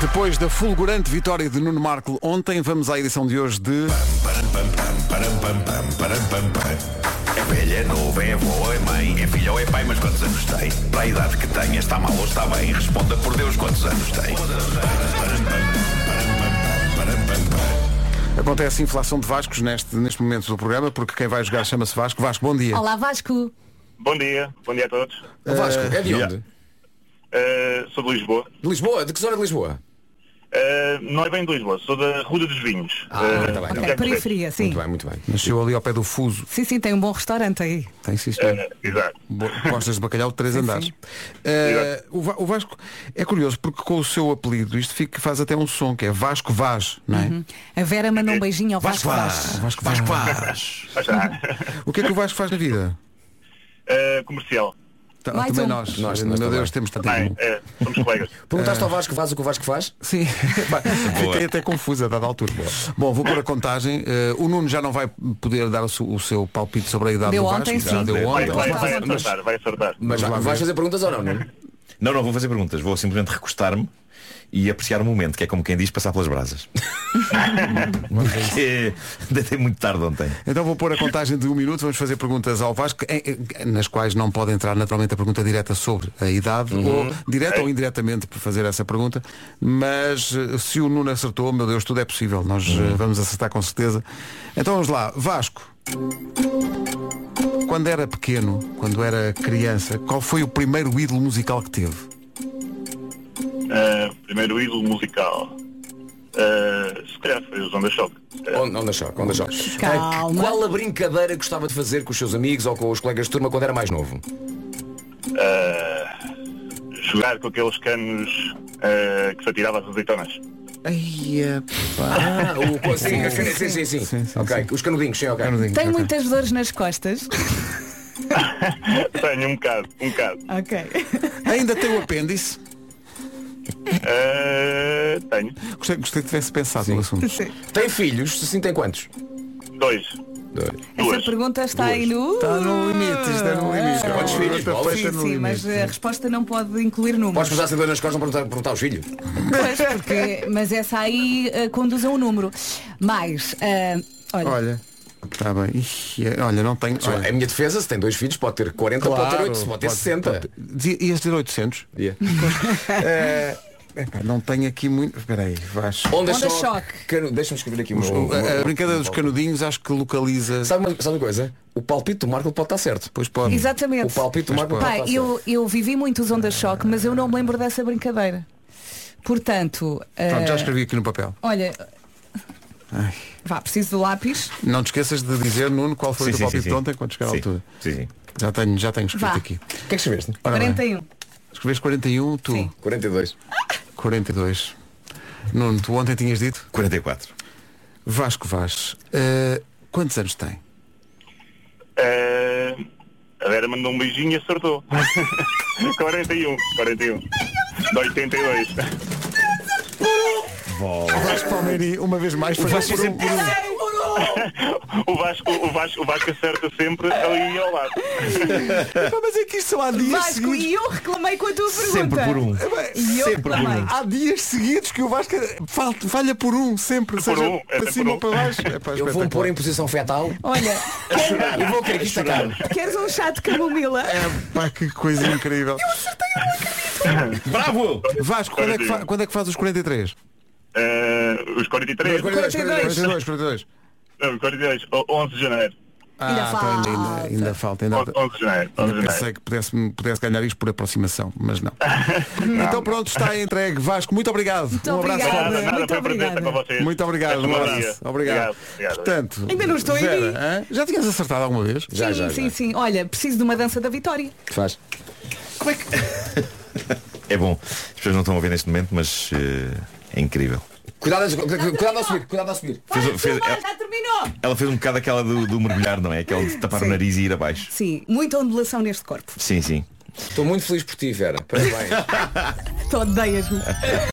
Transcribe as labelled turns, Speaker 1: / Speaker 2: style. Speaker 1: Depois da fulgurante vitória de Nuno Marco ontem, vamos à edição de hoje de.
Speaker 2: Param, pam, pam, param, pam, pam, param, pam, pam. É velha, é nova, é avó, é mãe, é filho ou é pai, mas quantos anos tem? Para a idade que tem, está mal ou está bem? Responda por Deus quantos anos tem. Param, pam, param, pam, param, pam, pam.
Speaker 1: Acontece inflação de Vascos neste, neste momento do programa, porque quem vai jogar chama-se Vasco. Vasco, bom dia.
Speaker 3: Olá Vasco.
Speaker 4: Bom dia, bom dia a todos.
Speaker 5: O Vasco, é de
Speaker 2: yeah.
Speaker 5: onde?
Speaker 4: Uh, sou de Lisboa.
Speaker 5: De Lisboa? De que zona de Lisboa?
Speaker 4: Uh, não é bem de Lisboa, sou da Ruda dos Vinhos.
Speaker 5: Ah,
Speaker 4: Uh,
Speaker 5: tá bem, tá
Speaker 4: Santiago
Speaker 5: bem.
Speaker 4: do Reino.
Speaker 3: Periferia, sim.
Speaker 5: Muito bem, muito bem.
Speaker 1: Nasceu ali ao pé do fuso.
Speaker 3: Sim, sim, tem um bom restaurante aí.
Speaker 1: Tem sim, senhor.
Speaker 4: Uh, exato.
Speaker 1: Bo- Costas de bacalhau de três andares.
Speaker 3: sim.
Speaker 1: Eh, o, Va- o Vasco é curioso porque com o seu apelido isto fica, faz até um som que é Vasco Vaz, não é?
Speaker 3: A Vera mandou um beijinho ao Vasco Uhum. Vasco.
Speaker 1: Vasco Vaz.
Speaker 4: Ah, já.
Speaker 1: O que é que o Vasco faz na vida?
Speaker 4: Uh, comercial.
Speaker 1: Tá-
Speaker 3: Mais
Speaker 1: também
Speaker 3: um.
Speaker 1: nós.
Speaker 5: Nós, nós
Speaker 1: Meu
Speaker 5: também.
Speaker 1: Deus, temos tanta
Speaker 4: Bem, uh, somos colegas.
Speaker 5: Perguntaste ao Vasco faz o que o Vasco faz?
Speaker 1: Sim, Pá, fiquei até confusa a dada altura. Bom, vou pôr a contagem. Eh, o Nuno já não vai poder dar o, seu- o seu palpite sobre a idade
Speaker 3: Deu
Speaker 1: do Vasco.
Speaker 3: ontem,
Speaker 1: já
Speaker 3: sim.
Speaker 1: deu
Speaker 3: Vai,
Speaker 4: Vai,
Speaker 1: ontem.
Speaker 4: vai, vai
Speaker 3: Mas-
Speaker 4: acertar, vai acertar.
Speaker 5: Mas
Speaker 1: Vamos lá
Speaker 5: vais
Speaker 1: ver.
Speaker 5: fazer perguntas ou não, não? é?
Speaker 6: Não, não vou fazer perguntas, vou simplesmente recostar-me e apreciar o momento, que é como quem diz passar pelas brasas.
Speaker 1: é
Speaker 6: Porque deitei muito tarde ontem.
Speaker 1: Então vou pôr a contagem de um minuto, vamos fazer perguntas ao Vasco, em- em- nas quais não pode entrar naturalmente a pergunta direta sobre a idade, ou direta ou indiretamente por fazer essa pergunta, mas eh, se o Nuno acertou, meu Deus, tudo é possível, nós eh, vamos acertar com certeza. Então vamos lá, Vasco. Quando era pequeno, quando era criança, qual foi o primeiro ídolo musical que teve?
Speaker 4: Uh, primeiro ídolo musical. Uh, se calhar foi o Zonda Shock. Se calhar.
Speaker 5: Onde onde choque, onde choque.
Speaker 3: Calma.
Speaker 5: Qual a brincadeira que gostava de fazer com os seus amigos ou com os colegas de turma quando era mais novo?
Speaker 4: Uh, jogar com aqueles canos uh, que se atirava às azeitonas.
Speaker 5: Ah, o... sim, sim, sim, sim, sim. Ok, os canudinhos, sim, ok.
Speaker 1: Ah,
Speaker 3: Tem muitas dores nas costas.
Speaker 4: Tenho um bocado, um bocado.
Speaker 3: ok.
Speaker 1: Ainda tem o apêndice?
Speaker 4: Uh, tenho
Speaker 1: Gostei, gostei que tivesse pensado no assunto.
Speaker 3: Sim.
Speaker 5: Tem filhos? Se sim, tem quantos?
Speaker 4: dois.
Speaker 3: Essa
Speaker 4: Duas.
Speaker 3: pergunta está aí no.
Speaker 1: Está no limite, isto é no limite.
Speaker 5: Quantos filhos?
Speaker 1: Está
Speaker 5: Qual?
Speaker 1: feita
Speaker 3: Sim,
Speaker 1: no
Speaker 3: sim,
Speaker 1: limite.
Speaker 3: mas a resposta não pode incluir números.
Speaker 5: Podes passar sem dor nas costas para perguntar, perguntar aos filhos?
Speaker 3: Pois, porque, mas essa aí eh, conduz a um número. Mais, eh, olha,
Speaker 1: Olha, está bem. Ixi, é- olha, não tenho.
Speaker 5: A
Speaker 1: Olha.
Speaker 5: minha defesa, se tem dois filhos, pode ter 40, pode ter 8, pode ter 60.
Speaker 1: Dizia- Ias dizer 800?
Speaker 5: Yeah.
Speaker 1: Eh, epá, não tenho aqui muito. Espera aí, vais.
Speaker 5: Onda,
Speaker 3: Onda
Speaker 5: choque.
Speaker 3: choque.
Speaker 5: Cano- é Deixa-me escrever aqui
Speaker 1: A-
Speaker 5: um.
Speaker 1: A, brincadeira dos canudinhos acho que localiza.
Speaker 5: Sabe uma, sabe uma coisa? O palpite do Marco pode estar certo.
Speaker 1: Pois pode.
Speaker 3: exatamente.
Speaker 5: O palpite do Marco pode
Speaker 3: Pai,
Speaker 5: estar certo.
Speaker 3: eu, eu vivi muito os ondas choque, mas eu não me lembro dessa brincadeira. Portanto, eh,
Speaker 1: Pronto, já escrevi aqui no papel.
Speaker 3: olha, vá, preciso do lápis.
Speaker 1: Não te esqueças de dizer, Nuno, qual foi o teu palpite de ontem quando chegar à
Speaker 6: Sim,
Speaker 1: altura.
Speaker 6: Sim, sim.
Speaker 1: Já tenho, já tenho escrito
Speaker 3: Vá.
Speaker 1: aqui.
Speaker 5: O que é que escreveste?
Speaker 1: Ora bem.
Speaker 3: 41.
Speaker 1: Escreveste 41, tu
Speaker 3: Sim.
Speaker 5: 42.
Speaker 1: 42. Nuno, tu ontem tinhas dito?
Speaker 6: 44.
Speaker 1: Vasco Vaz, eh, quantos anos tem?
Speaker 4: Uh, a Vera mandou um beijinho e acertou. 41, 41. De 82.
Speaker 1: Vasco Palmeiri, uma vez mais, foi mais por um.
Speaker 4: O Vasco, o Vasco, o Vasco acerta sempre ali ao lado.
Speaker 1: Pá, Mas é que isto só há dias
Speaker 3: Vasco,
Speaker 1: seguidos.
Speaker 3: e eu reclamei com a tua pergunta.
Speaker 6: Sempre por um.
Speaker 3: E eu
Speaker 6: Sempre por
Speaker 3: reclamei.
Speaker 6: um.
Speaker 1: Há dias seguidos que o Vasco fal- falha por um, sempre, seja
Speaker 4: um,
Speaker 1: para
Speaker 4: é sempre
Speaker 1: cima
Speaker 4: um.
Speaker 1: ou para baixo. É pá,
Speaker 5: Eu vou-me
Speaker 1: espetacular.
Speaker 5: pôr em posição fetal
Speaker 3: Olha,
Speaker 5: e vou querer que isto acabe.
Speaker 3: queres um chá de camomila?
Speaker 1: É pá, que coisa incrível.
Speaker 6: Bravo!
Speaker 1: Vasco, quando é, que fa- quando é que faz os 43?
Speaker 4: Uh, os 43,
Speaker 5: Os 42,
Speaker 1: 42, 42.
Speaker 4: não, 42, o- 11 de janeiro.
Speaker 1: Ah,
Speaker 3: Ainda
Speaker 1: então
Speaker 3: falta.
Speaker 1: ainda, ainda falta. Ainda,
Speaker 4: 11 de janeiro. 11
Speaker 1: ainda
Speaker 4: de janeiro.
Speaker 1: pensei que pudesse, pudesse ganhar isto por aproximação, mas não. Então pronto, está entregue. Vasco, muito obrigado. um abraço.
Speaker 3: obrigada.
Speaker 4: Nada, nada,
Speaker 3: Muito
Speaker 4: foi um prazer
Speaker 3: obrigada.
Speaker 4: estar com vocês.
Speaker 1: Muito obrigado,
Speaker 4: Resta um
Speaker 1: um
Speaker 4: bom
Speaker 1: abraço.
Speaker 4: dia.
Speaker 1: Obrigado.
Speaker 4: obrigado.
Speaker 1: Portanto,
Speaker 3: Ainda não estou em
Speaker 1: Vera,
Speaker 3: mim.
Speaker 1: hã? já tinhas acertado alguma vez?
Speaker 5: Já,
Speaker 3: sim,
Speaker 5: já,
Speaker 3: sim,
Speaker 5: já.
Speaker 3: sim. Olha, preciso de uma dança da vitória.
Speaker 5: Faz.
Speaker 6: É bom. As pessoas não estão a ver neste momento, mas eh, é incrível.
Speaker 5: Cuidado, a- cu- cuidado a subir, cuidado a subir.
Speaker 6: Fez- fez-
Speaker 3: Vai, já terminou.
Speaker 6: Ela fez um bocado aquela do, do mergulhar, não é? Aquela de tapar
Speaker 3: Sim.
Speaker 6: o nariz e ir abaixo.
Speaker 3: Sim, muita ondulação neste corpo.
Speaker 6: Sim, sim.
Speaker 5: Estou muito feliz por ti, Vera. Parabéns.
Speaker 3: Tu odeias-me.